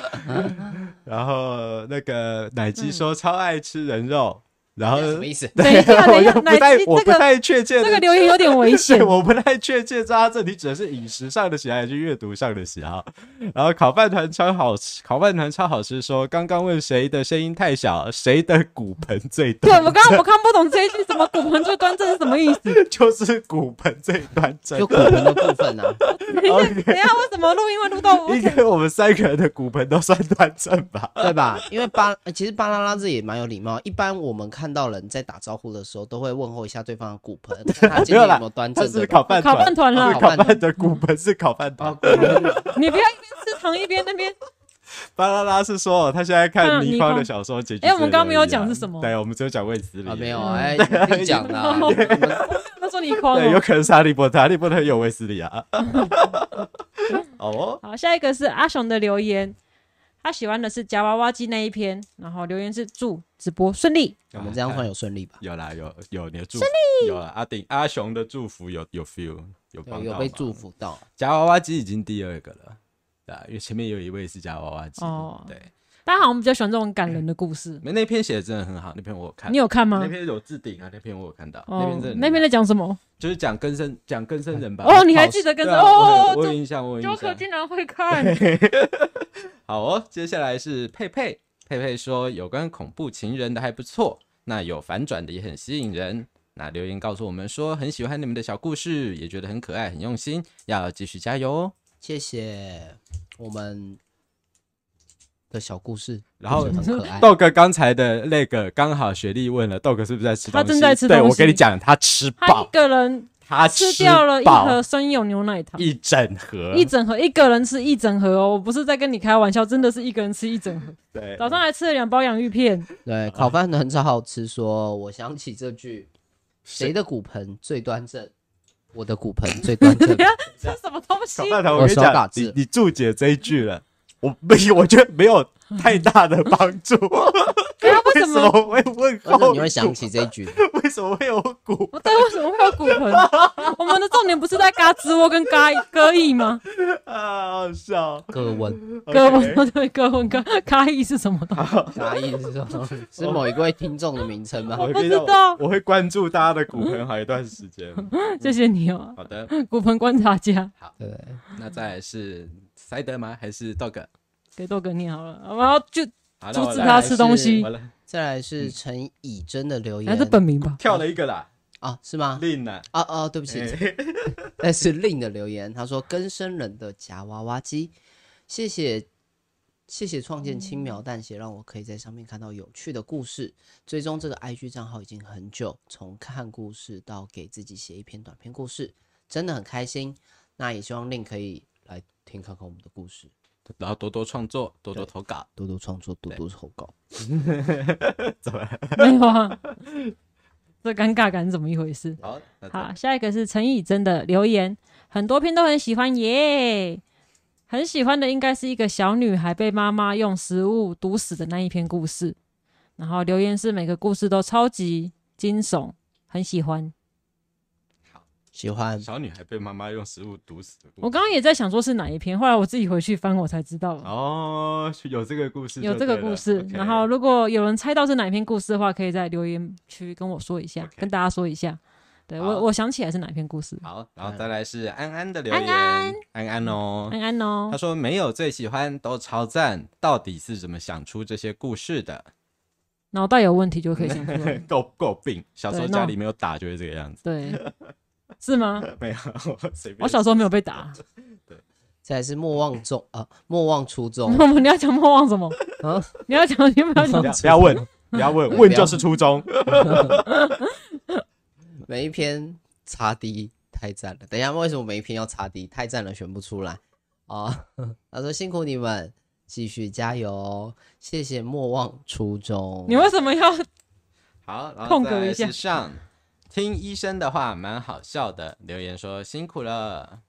E: 然后那个奶鸡说超爱吃人肉，然 后
A: 什么意思？
B: 等一下，等
E: 啊我
B: 一
E: 又
B: 下，
E: 不
B: 奶
E: 太
B: 昔
E: 我
B: 这
E: 不
B: 个
E: 太确切
B: 这个
E: 的。
B: 留言有点危险
E: 对，。我不太确切，知道他这里指的是饮食上的喜好，还是阅读上的喜好？然后烤饭团超好吃，烤饭团超好吃说，刚刚问谁的声音太小，谁的骨盆最
B: 对，
E: 端
B: 我刚刚我看不懂这一句什么骨盆最端正是什么意 思？
E: 正，就是骨盆最端正
A: 就。 骨盆的部分啊，
B: 等一下， 等一下，为什么录音会录到我？
E: 应该我们三个人的骨盆都算端正吧？
A: 对吧？因为巴呃其实巴啦啦这也蛮有礼貌，一般我们看到人在打招呼的时候，都会问候一下对方的骨盆，看他今
E: 没
A: 天
E: 有
A: 有
E: 啦
A: 没有端
E: 他
A: 正，
E: 是
A: 对吧？
E: 烤饭
B: 烤饭团
E: 不
B: 啦
E: 是烤饭的嗯骨盆是烤饭团
A: 啊。骨 盆
B: 你不要一边吃糖一边那边。
E: 巴啦啦是说他现在看倪匡的小说结局。
B: 嗯哎我们刚刚没有讲是什么
E: 对，我们哦只有讲卫斯理。
A: 啊，没有
B: 嗯
A: 哎，你自己讲 的啊，我们
B: 他说你狂
E: 对，有
B: 哦。
E: 可能是哈利波特，哈利波特也有卫斯理啊。 哦哦，
B: 好，下一个是阿雄的留言，他喜欢的是夹娃娃机那一篇，然后留言是祝直播顺利。
A: 我们这样算有顺利吧？
E: 有啦，有有你的祝福，有啦。阿顶阿雄的祝福有有 feel，有
A: 有
E: 帮
A: 有
E: 到
A: 被
E: 忙
A: 祝。福到，
E: 夹娃娃机已经第二个了，对啊，因为前面有一位是夹娃娃机。
B: 哦
E: 对，
B: 大家好像比较喜欢这种感人的故事，
E: 那那篇写的真的很好，那篇我有看
B: 你。有看吗
E: 嗯那？篇有置顶啊，那篇我有看到，那
B: 哦
E: 篇真的，
B: 那
E: 很
B: 篇
E: 好
B: 在讲什么？
E: 就是讲更生讲更生人吧。
B: 哦，你还记得跟
E: 对
B: 着
E: 啊
B: 哦
E: 我有我有
B: 哦
E: 印象，我有印
B: ，Joker
E: 象。
B: 竟然会 看，
E: 好哦，接下来是佩佩。佩佩说有关恐怖情人的还不错，那有反转的也很吸引人。那留言告诉我们说很喜欢你们的小故事，也觉得很可爱，很用心，要继续加油哦。
A: 谢谢我们的小故事，
E: 然后
A: 我觉得很可 爱。
E: 豆哥刚才的那个刚好雪莉问了豆哥是不是在吃东
B: 他
E: 西，
B: 正在吃
E: 对
B: 东西
E: 我跟你讲，他吃
B: 他一
E: 饱，
B: 个人
E: 他
B: 吃
E: 吃
B: 掉了一
E: 饱
B: 盒生有牛奶糖。
E: 一整盒，
B: 一整盒，一个人吃一整盒哦，我不是在跟你开玩笑，真的是一个人吃一整盒。
E: 对
B: 早上还吃了两包洋芋 片，
E: 啊
A: 对，烤饭团超好吃说，我想起这句：谁的骨盆最端正？我的骨盆最端 正。
B: 这是什么东西
E: 小？饭团，我跟你
A: 我手打
E: 讲，
A: 字
E: 你你 注解这一句了，我没，我觉得没有太大的帮助。
B: 不要不啊什么
C: 么会问
A: 为什么
C: 候？
A: 你会想起这一句？
C: 为什么会有骨？
B: 对，为什么会有骨盆？ 我们的重点不是在嘎吱窝跟嘎歌意吗？
C: 啊，好笑。
A: 各 问
B: 歌
C: OK
B: 问对歌问歌嘎意是什么东西？
A: 啥意思？是某一位听众的名称吗？
E: 哦
C: 我
B: 不
C: 知
B: 知道
C: 我会关注大家的骨盆好一段时间。
B: 谢谢你哦，
C: 好的，
B: 骨盆观察家，
A: 对，
C: 那再来是塞德吗？还是 dog？
B: 给豆哥你好了，我要就
C: 好
B: 阻
C: 那我
B: 止
C: 来
B: 他吃东西
C: 我，来
A: 再来是陈以真的留
E: 哎
B: 还
A: 言
B: 是本名吧？
C: 跳了一个啦，
A: 啊，是吗？
C: 令呢？
A: 啊啊，对不 起，
C: 哎
A: 但是另的留言，他说更生人的夹娃娃机，谢谢谢谢创建轻描淡写，让我可以在上面看到有趣的故事。追踪这个 IG 账号已经很久，从看故事到给自己写一篇短篇故事，真的很开心。那也希望令可以来听看看我们的故事，
C: 然后多多创作，多多投稿。
A: 多多创作，多多投稿。
C: 怎么了？
B: 没有啊，这尴尬感是怎么一回事？
C: 好，那再
B: 好，下一个是陈以真的留言，很多篇都很喜欢耶。很喜欢的应该是一个小女孩被妈妈用食物毒死的那一篇故事。然后留言是每个故事都超级惊悚，很喜
C: 嗯
B: 欢。
A: 喜欢
C: 小女孩被妈妈用食物毒死的故事。
B: 我刚刚也在想说是哪一篇，后来我自己回去翻我才知道了
C: 哦，是有这个故事就对
B: 有
C: 了，
B: 这个故事。
C: OK
B: 然后如果有人猜到是哪一篇故事的话，可以在留言区跟我说一下
C: OK
B: 跟大家说一下。对
C: 好
B: 我我想起来是哪一篇故事，
C: 好，然后再来是安安的留言，
B: 安
C: 安安哦，
B: 安安哦
C: 他，说没有最喜欢，都超赞，到底是怎么想出这些故事 的？
B: 脑袋有问题就可以想 出来。
C: 够够病，小时候
B: 对那
C: 家里没有打就会这个样子，
B: 对，是吗？
C: 没有，我 随便。
B: 我小时候没有被打。
A: 再来是莫忘中啊，莫忘初衷
B: 我们你要讲莫忘 什么？
A: 啊，
B: 你要讲你不要
C: 不
B: 讲
C: 要不要问，不要问，问就是 初衷。
A: 每一篇擦 D 太赞了。等一下，为什么每一篇要擦 D？太赞了，选不出来哦。 他说辛苦你们，继续加油哦，谢谢莫忘初衷。
B: 你为什么要？
C: 好，然后
B: 空
C: 再
B: 格
C: 来
B: 一下
C: 是上。听医生的话蛮好笑的，留言说辛苦了，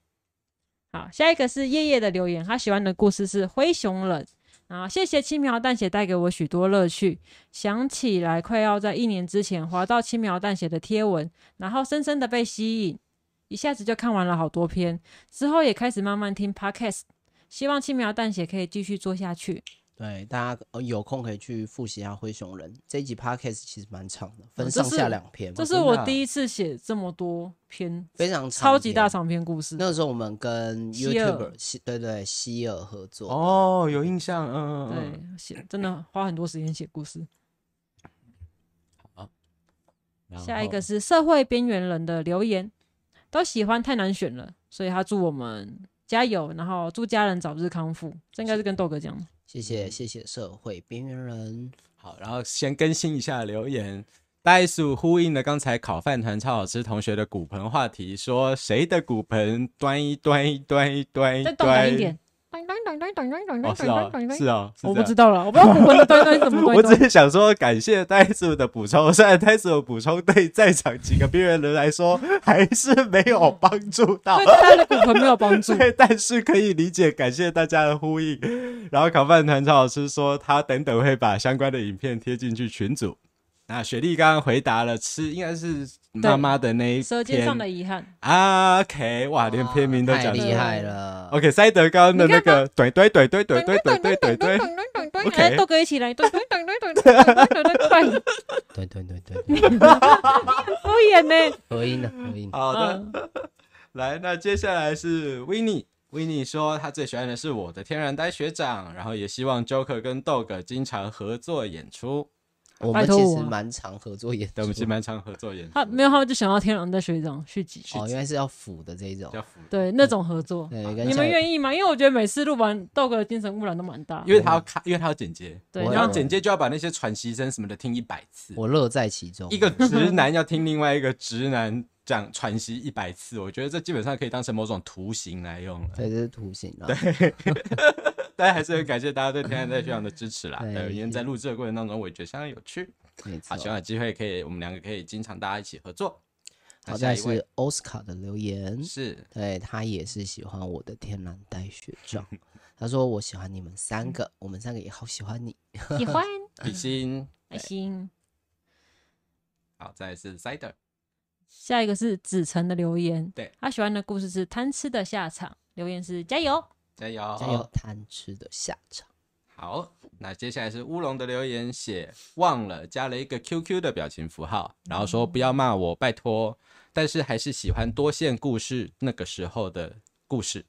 B: 好，下一个是夜夜的留言，他喜欢的故事是《灰熊人》啊，谢谢轻描淡写带给我许多乐趣。想起来快要在一年之前滑到轻描淡写的贴文，然后深深的被吸引，一下子就看完了好多篇，之后也开始慢慢听 podcast。希望轻描淡写可以继续做下去。
A: 对大家呃有空可以去复习一下灰熊人这一集 podcast 其实蛮长的，
B: 嗯
A: 分
B: 这
A: 上
B: 是
A: 下两篇，
B: 这是
C: 真的
B: 我
C: 啊
B: 第一次写这么多篇，
A: 非常
B: 超级大
A: 长
B: 长篇故事
A: 篇。。那个时候我们跟
B: 希尔
A: YouTuber 希对对希尔合作，
C: 哦，有印象，嗯嗯嗯，
B: 对，写真的花很多时间写故事。
C: 然后
B: 下一个是社会边缘人的留言，都喜欢太难选了，所以他祝我们加油，然后祝家人早日康复。这应该是跟豆哥讲的。
A: 谢谢谢谢社会边缘人，
C: 好，然后先更新一下留言。袋鼠呼应了刚才烤饭团超好吃同学的骨盆话题，说谁的骨盆端一端一端一端一
B: 再动感
C: 端
B: 一点，
C: 哦，是哦，是哦，是
B: 我不知
C: 道。
B: 道了，我不知道古文的端端怎么
C: 我
B: 端
C: 只
B: 端。
C: 是想说，感谢袋鼠的补充。虽然袋鼠的补充对在场几个边缘人来说还是没有帮助到
B: 对，大家的骨盆没有帮 助。
C: 对，但是可以理解，感谢大家的呼应。然后烤饭团超老师说，他等等会把相关的影片贴进去群组。那雪莉刚刚回答了吃，应该是妈妈的那一
B: 舌尖
C: 篇
B: 上的遗憾，
C: 啊，OK，哇，连片名都
A: 太
C: 讲出
A: 厉
C: 来。哦
A: 害了。
C: OK，塞德刚刚的那个怼怼怼怼怼怼怼怼怼怼，
B: 哎，豆哥一起来，对对对对对对对，快 敷
A: 对对对对对，
B: 衍呢？
A: 合音的合音，
C: 好的，
B: 嗯，
C: 来，那接下来是维尼。维尼说他最喜欢的是我的天然呆学长，然后也希望 Joker 跟 Dog 经常合作演出。
A: 我
B: 拜
A: 们
B: 托
A: 其
B: 我
A: 实
B: 啊
A: 蛮常合作演
C: 对，我
A: 出
C: 们其实蛮常合作演出。
B: 他没有，他们就想要天狼的学长续集，
A: 哦，原来是要腐的这一种
C: 比，较浮
B: 对那种合作。
C: 啊
A: 对，跟
B: 你
A: 小
B: 们愿意吗？因为我觉得每次录完豆哥的精神污 染都蛮大。
C: 因为他要看，因为他要剪接，
B: 对
A: 我
C: 然 后
A: 有
C: 剪接就要把那些喘息声什么的听一百次。
A: 我乐在其中。
C: 一个直男要听另外一个直男讲喘息一百次，我觉得这基本上可以当成某种图形来用了。
A: 对，这是图形啊。
C: 但还是很感谢大家对天然呆学长的支持啦。 呃
A: 对
C: 对，因为在录制的过程当中，我也觉得相当有趣。
A: 没
C: 好，
A: 错。
C: 希望有机会可以，我们两个可以经常大家一起合作。那
A: 好，
C: 下
A: 再
C: 一位
A: 是奥斯卡的留言，
C: 是
A: 对他也是喜欢我的天然呆学 长。他说我喜欢你们三个，我们三个也好喜欢你。哎
B: 喜欢
C: 比心，
B: 爱 心。
C: 好，再来是 cider，
B: 下一个是子晨的留言，
C: 对
B: 他喜欢的故事是贪吃的下场，留言是加油。
C: 加油
A: 加油！贪吃的下场。
C: 好，那接下来是乌龙的留言写忘了加了一个 QQ 的表情符号，然后说不要骂我，拜托。但是还是喜欢多线故事那个时候的故事。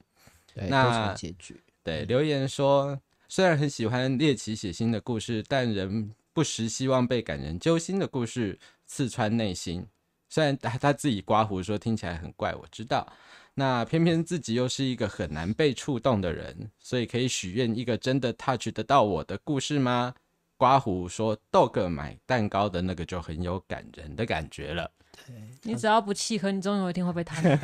A: 对，
C: 那
A: 多重结局。
C: 对，留言说虽然很喜欢猎奇血腥的故事，但仍不时希望被感人揪心的故事刺穿内心。虽然他他自己刮胡说听起来很怪，我知道，那偏偏自己又是一个很难被触动的人，所以可以许愿一个真的 touch 得到我的故事吗？刮胡说豆哥买蛋糕的那个就很有感人的感觉了。
B: 你只要不契合，你总有一天会被贪。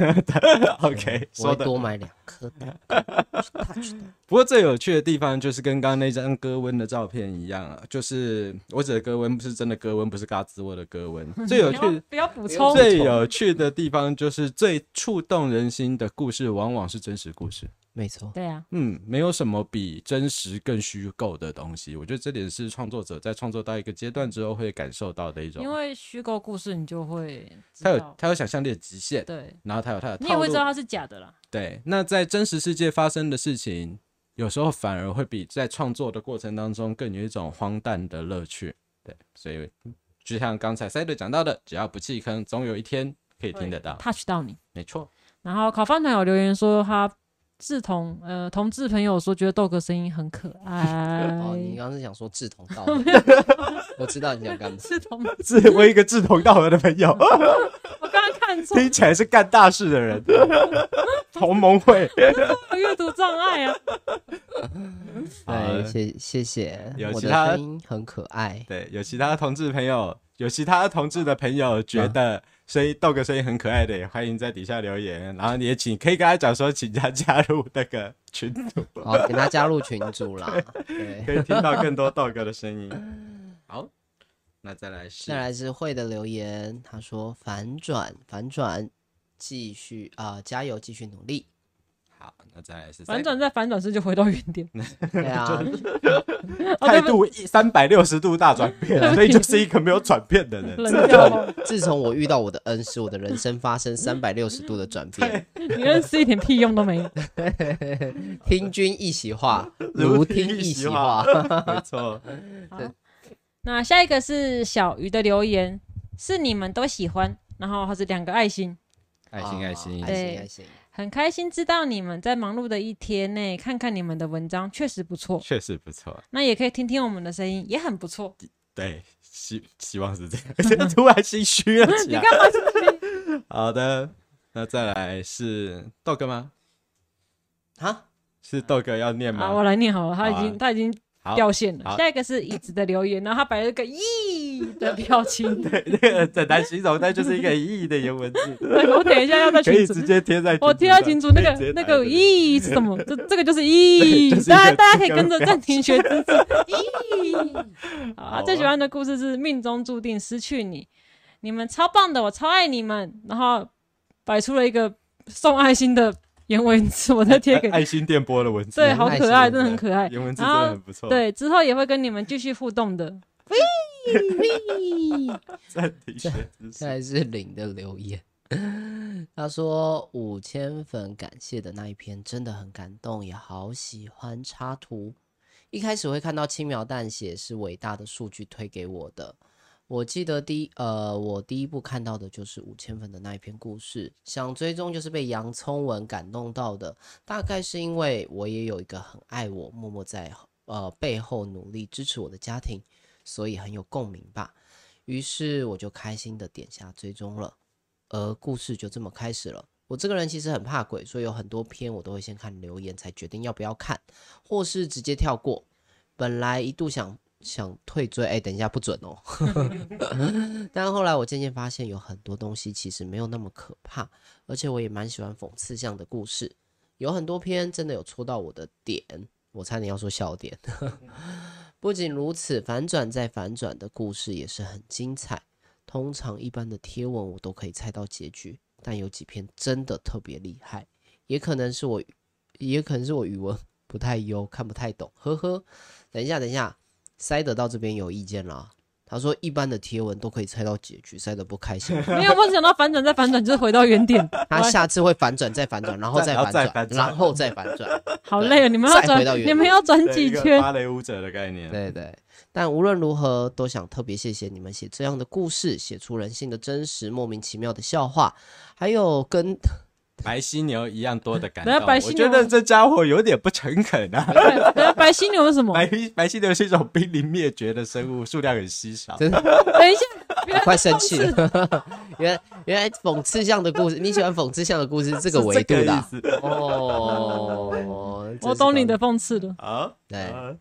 C: OK，
A: 我
C: 说
A: 会
C: 的
A: 多买两颗蛋 糕，去 touch 到
C: 不过最有趣的地方就是跟刚刚那张哥温的照片一样啊，就是我指的哥温不是真的哥温，不是嘎吱窝的 哥温。最有
B: 不要
C: 趣、
B: 不要补充，
C: 最有趣的地方就是最触动人心的故事，往往是真实故事。
A: 没错，
B: 对啊，
C: 嗯，没有什么比真实更虚构的东西。我觉得这点是创作者在创作到一个阶段之后会感受到的一种
B: 因，为虚构故事你就会知
C: 他有
B: 道，
C: 他有想象力的极限，
B: 对，
C: 然后他有他的
B: 你也
C: 套
B: 会知
C: 路
B: 道。它是假的啦。
C: 对，那在真实世界发生的事情，有时候反而会比在创作的过程当中更有一种荒诞的乐趣。对，所以就像刚才塞队讲到的，只要不弃坑，总有一天可以听得到。
B: touch 到你。
C: 没错，
B: 然后烤饭团有留言说他志同呃同志朋友说觉得豆哥声音很可
C: 哎
B: 爱，
A: 哦，你刚刚是想说志同道 合，我知道你想干嘛。
B: 是同，
C: 是我一个志同道合的朋友，
B: 我刚刚看错，
C: 起来是干大事的人，同盟会。
B: 我阅读障碍啊。
C: 好
A: 对，谢谢谢
C: 有，
A: 我
C: 其
A: 的
C: 他
A: 声音很可爱，
C: 对，有其他同志朋友，有其他同志的朋友觉得声音豆哥声音很可爱的，也欢迎在底下留言，然后也请可以跟他讲说，请他加入那个群组，
A: 好，给他加入群组啦。对，
C: 可以听到更多豆哥的 声音。好，那再来是
A: 再来是慧的留言，他说反转反转，继续啊、加油，继续努力。
C: 好，那再来是
B: 反转再反转是就回到原点，
A: 对啊，
B: 哦对
C: 态
B: 不
C: 度三百六十度大转变，啊所以就是一个没有转变的 人。
B: 冷掉了。
A: 自从我遇到我的恩师，我的人生发生三百六十度的转变。
B: 你认识一点屁用都没有。
A: 听君一席话，
C: 如
A: 如
C: 听
A: 听
C: 一
A: 一
C: 席
A: 席
C: 话
A: 话。
C: 没错，
B: 那下一个是小鱼的留言，是你们都喜欢，然后它是两个爱心，
C: 爱心爱心
A: 啊爱，
B: 对
A: 心爱心。
B: 很开心知道你们在忙碌的一天内看看你们的文章，确实不错。
C: 确实不错。
B: 那也可以听听我们的声音，也很不错。
C: 对，希希望是这样。突然心虚了 起来。好的，那再来是豆哥吗？
A: 啊，
C: 是豆哥要念
B: 啊，我
C: 吗？
B: 来念好了，他已
C: 好啊
B: 经他已经
C: 好，
B: 掉线了
C: 好。
B: 下一个是椅子的留言，然后他摆了一个“咦”的表情。对，
C: 那个很难形容，但就是一个意义的言文 字，
B: 我等一下要在
C: 可以
B: 群组
C: 直，接贴在。
B: 我贴到群组那个那个“咦”是什么？这这个就是“咦”，大家大家可以跟着暂停学知识。咦，好
C: 好
B: 啊
C: 啊，
B: 最喜欢的故事是《命中注定失去你》，你们超棒的，我超爱你们。然后摆出了一个送爱心的言文字，我再贴给
C: 爱心电波的文字，
B: 对，好可爱，
A: 对
B: 真的很可爱。
C: 言文字真的很不错。，
B: 对，之后也会跟你们继续互动的。喂喂
C: 暂停学知
A: 再
C: 识。
A: 来是零的留言，他说五千粉感谢的那一篇真的很感动，也好喜欢插图。一开始会看到轻描淡写是伟大的数据推给我的。我记得第一呃，我第一部看到的就是五千粉的那一篇故事，想追踪就是被洋葱文感动到的，大概是因为我也有一个很爱我、默默在呃背后努力支持我的家庭，所以很有共鸣吧。于是我就开心的点下追踪了，而故事就这么开始了。我这个人其实很怕鬼，所以有很多篇我都会先看留言才决定要不要看，或是直接跳过。本来一度想想退追，哎，等一下不准哦。 但后来我渐渐发现，有很多东西其实没有那么可怕，而且我也蛮喜欢讽刺这样的故事。有很多篇真的有戳到我的点，我差点要说笑点。不仅如此，反转再反转的故事也是很精彩。通常一般的贴文我都可以猜到结局，但有几篇真的特别厉害，也可能是我，也可能是我语文 不太优，看不太懂，呵呵。等一下，等一下，塞得到这边有意见了啊，他说一般的贴文都可以猜到结局，猜的不开 心。
B: 没有，我只想到反转再反转，就是回到 原点。
A: 他下次会反转再反转，然后再反
C: 再反
A: 转，
C: 转
A: 然后再反转。
B: 好累啊了，你们要
A: 再回到
B: 转，
A: 原
B: 你们要转几
C: 对一个
B: 圈？
C: 芭蕾舞者的概念，
A: 对对，但无论如何，都想特别谢谢你们写这样的故事，写出人性的真实、莫名其妙的笑话，还有跟
C: 白犀牛一样多的感
B: 等下
C: 动。
B: 白犀
C: 我
B: 牛
C: 觉得这家伙有点不诚恳啊。
B: 对，等下白犀牛是什么？
C: 白白犀牛是一种濒临灭绝的生物，数量很稀少。
A: 真的
B: 等一下，原来
A: 快生气了。 原来原来讽刺向的故事，你喜欢讽刺向的故事这
C: 这
A: 个维度的
C: 意
A: 啊、
C: 思
A: 哦。
B: 我懂你的
A: 真是
B: 讽刺了。
C: 啊？
A: 对，
C: 啊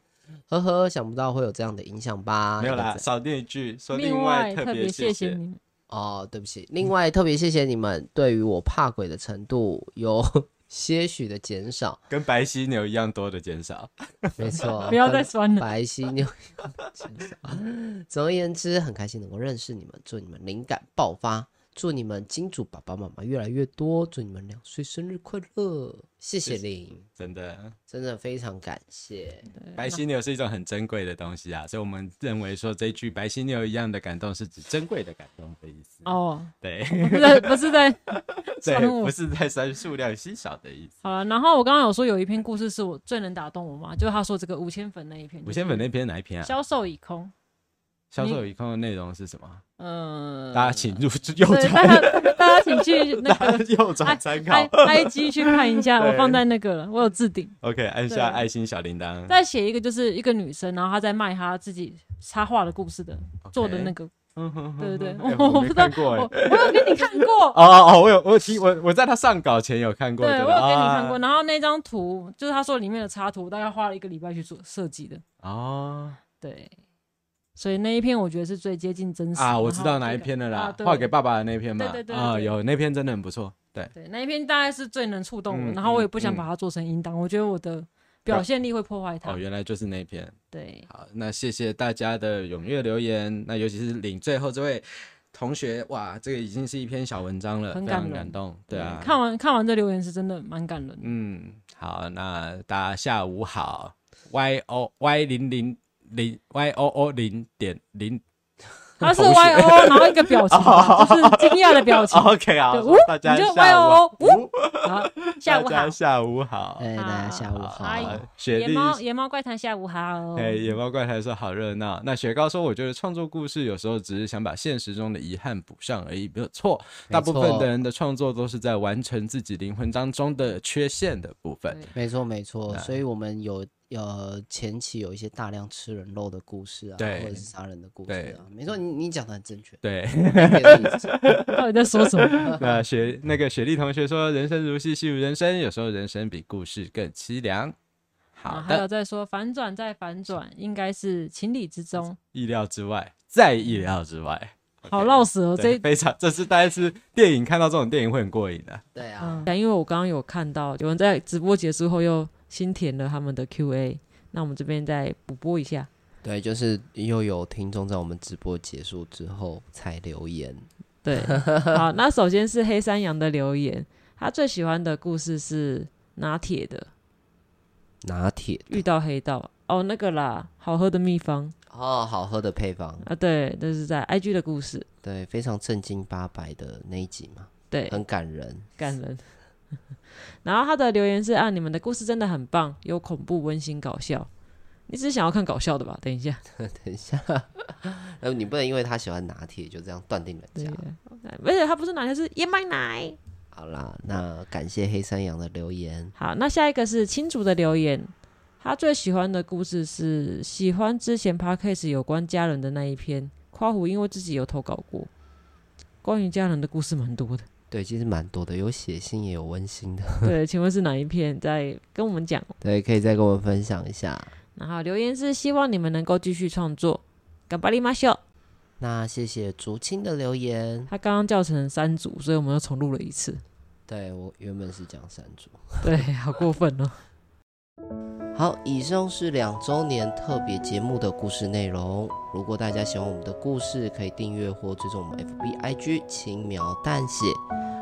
A: 呵呵，想不到会有这样的影响吧？
C: 没有
A: 一
C: 啦，
A: 个赞
C: 少念一句，说
B: 另
C: 外
B: 特
C: 别
B: 谢
C: 谢。
B: 你们，
A: 哦，对不起。另外，特别谢谢你们对于我怕鬼的程度有 些许的减少。
C: 跟白犀牛一样多的减少。
A: 没错，
B: 不要
A: 跟
B: 再酸了。
A: 白犀牛总而言之，很开心能够认识你们，祝你们灵感爆发，祝你们金主爸爸妈妈越来越多，祝你们两岁生日快乐！谢谢林，
C: 真的，
A: 真的非常感谢。
C: 白犀牛是一种很珍贵的东西啊，所以我们认为说这一句“白犀牛一样的感动”是指珍贵的感动的意思。
B: 哦，
C: 对
B: 不是在，不是在
C: 对，
B: 酸我
C: 不。是在删数量稀少的意思。
B: 好了，然后我刚刚有说有一篇故事是我最能打动我嘛，就是他说这个五千粉那一篇，
C: 五千粉那篇哪一篇啊？
B: 销售已空，
C: 销售一空的内容是什么？
B: 嗯，
C: 大家请入右
B: 对大
C: 转，
B: 家大家请去那
C: 大
B: 个
C: 家右转
B: I
C: 参
B: I
C: 考。
B: I G 去看一下，
C: 对
B: 我放在那个了，我有置顶。
C: OK，按下
B: 呃对
C: 爱心小铃铛。
B: 再写一个就是一个女生，然后她在卖她自己插画的故事的
C: OK
B: 做的那个，
C: 嗯哼哼
B: 对对 对，
C: 哼哎
B: 我
C: 我
B: 我
C: 没
B: 不知道
C: 看，过
B: 我
C: 哎。
B: 我有给你看过，
C: 哦哦哦，我有我有听我我在他上稿前有看 过，
B: 对，
C: 觉
B: 我
C: 得
B: 有给你看过。
C: 啊
B: 然后那张图就是他说里面的插图，大概花了一个礼拜去做设计的。
C: 哦
B: 对，所以那一篇我觉得是最接近真实
C: 啊，我知道哪一篇了啦，画给。爸爸的那篇嘛
B: 对对对，对
C: 啊，
B: 对
C: 有那篇真的很不错，对，
B: 然后这个对，那一篇大概是最能触动我，
C: 嗯
B: 然后我也不想
C: 嗯
B: 把它做成音档，我觉得我的表现力会破坏它
C: 哦，。原来就是那篇。
B: 对，
C: 好，那谢谢大家的踊跃留言，那尤其是领最后这位同学，哇，这个已经是一篇小文章了，
B: 很
C: 非常
B: 感人
C: 感动，对啊，
B: 看完看完这留言是真的蛮感人的。
C: 嗯，好，那大家下午好，y o y 零零零 y o o 零点零
B: 他是
C: 同学
B: Y O，然后一个表情 吧，就是惊讶的表情。
C: ，OK
B: 对
C: 好
B: 呜，
C: 大家
B: 你就
C: 下午好，
B: YOO
C: 呜
B: 好，下午
C: 大
B: 好
C: 家，哎下午好，
A: 哎，大家下午好。
B: 阿姨
C: 雪
B: 野
C: 莉
B: 猫野猫怪谈下午好。哦
C: 哎，野猫怪谈说好热闹。那雪糕说，我觉得创作故事有时候只是想把现实中的遗憾补上而已，没有错。
A: 没错
C: 大部分的人的创作都是在完成自己灵魂当中的缺陷的部分。
B: 对
A: 没错没错，
C: 对
A: 所以我们有呃前期有一些大量吃人肉的故事啊，
C: 对
A: 或者是杀人的故事
C: 对。
A: 啊，没错，你你讲的很正确
C: 对，
A: 没别的意思
B: 到底在说什么？
C: 那雪那个雪莉同学说，人生如戏，戏如人生，有时候人生比故事更凄凉。 好
B: 啊，还有
C: 的，
B: 再说反转再反转，应该是情理之中。
C: 意料之外，在意料之外。
B: 好
C: OK
B: 绕舌哦，这
C: 对
B: 一
C: 非常，这是大概是电影看到这种电影会很过瘾的。
A: 对啊，
B: 嗯，因为我刚刚有看到有人在直播结束后又新填了他们的 Q&A，那我们这边再补播一下。
A: 对，就是又有听众在我们直播结束之后才留言，
B: 对，好，那首先是黑山羊的留言，他最喜欢的故事是拿铁的
A: 拿铁
B: 遇到黑道哦，那个啦，好喝的秘方
A: 哦，好喝的配方，
B: 啊，对，这是在 IG 的故事，
A: 对，非常正经八百的那一集嘛，
B: 对，
A: 很感人。
B: 感人。 然后他的留言是啊，你们的故事真的很棒，有恐怖、温馨、搞笑。你只是想要看搞笑的吧？等一下，
A: 等一 下，呃，你不能因为他喜欢拿铁就这样断定
B: 对
A: 人家。，
B: 而且他不是奶，他是燕麦奶。
A: 好啦，那感谢黑山羊的留言，
B: 好，那下一个是青竹的留言，他最喜欢的故事是喜欢之前 podcast 有关家人的那一篇。夸虎因为自己有投稿过，关于家人的故事蛮多的。
A: 对，其实蛮多的，有血腥也有温 馨的，
B: 对，请问是哪一篇？再跟我们讲。
A: 对，可以再跟我们分享一下。
B: 然后留言是希望你们能够继续创作，干巴利马秀。
A: 那谢谢竹青的留言，
B: 他刚刚叫成三组，所以我们又重录了一次。
A: 对我原本是讲山竹。
B: 对，好过分哦。
A: 好，以上是两周年特别节目的故事内容。如果大家喜欢我们的故事，可以订阅或追踪我们 FB、IG“ 轻描淡写”，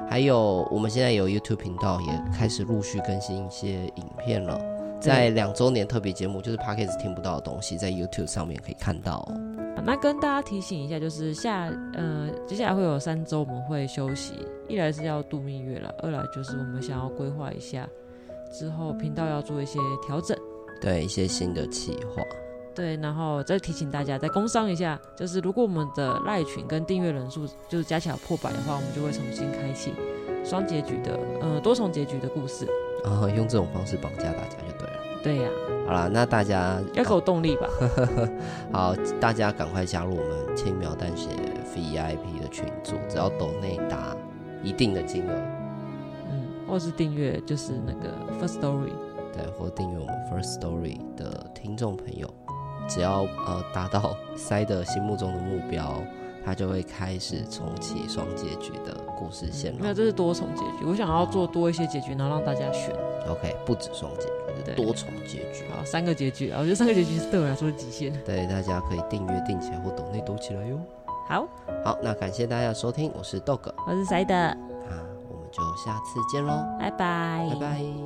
A: 还有我们现在有 YouTube 频道，也开始陆续更新一些影片了。在两周年特别节目，就是 Podcast 听不到的东西，在 YouTube 上面可以看到哦、
B: 那跟大家提醒一下，就是下呃接下来会有三周我们会休息，一来是要度蜜月了，二来就是我们想要规划一下之后频道要做一些调整。
A: 对一些新的企划，
B: 对，然后再提醒大家，再工商一下，就是如果我们的赖群跟订阅人数就是加起来破百的话，我们就会重新开启双结局的，呃，多重结局的故事。
A: 然后啊用这种方式绑架大家就对了。
B: 对呀、
A: 好啦，那大家
B: 要给我动 力吧。
A: 好，大家赶快加入我们轻描淡写 VIP 的群组，只要抖内达一定的金额，
B: 嗯，或是订阅就是那个 First Story，
A: 对，或订阅我们 First Story 的听众朋友，只要呃达到塞德心目中的目标，他就会开始重启双结局的故事线
B: 没有，
A: 了。
B: 嗯这是多重结局。我想要做多一些结局，然后让大家选。
A: OK，不止双结局，是
B: 对
A: 多重结局。
B: 好，三个结局啊，我觉得三个结局是对我来说的极限。
A: 对，大家可以订阅、订起来或抖内抖起来哟。
B: 好，
A: 好，那感谢大家的收听，我是 Dog，
B: 我是 Side，
A: 那我们就下次见喽，
B: 拜拜，
A: 拜拜。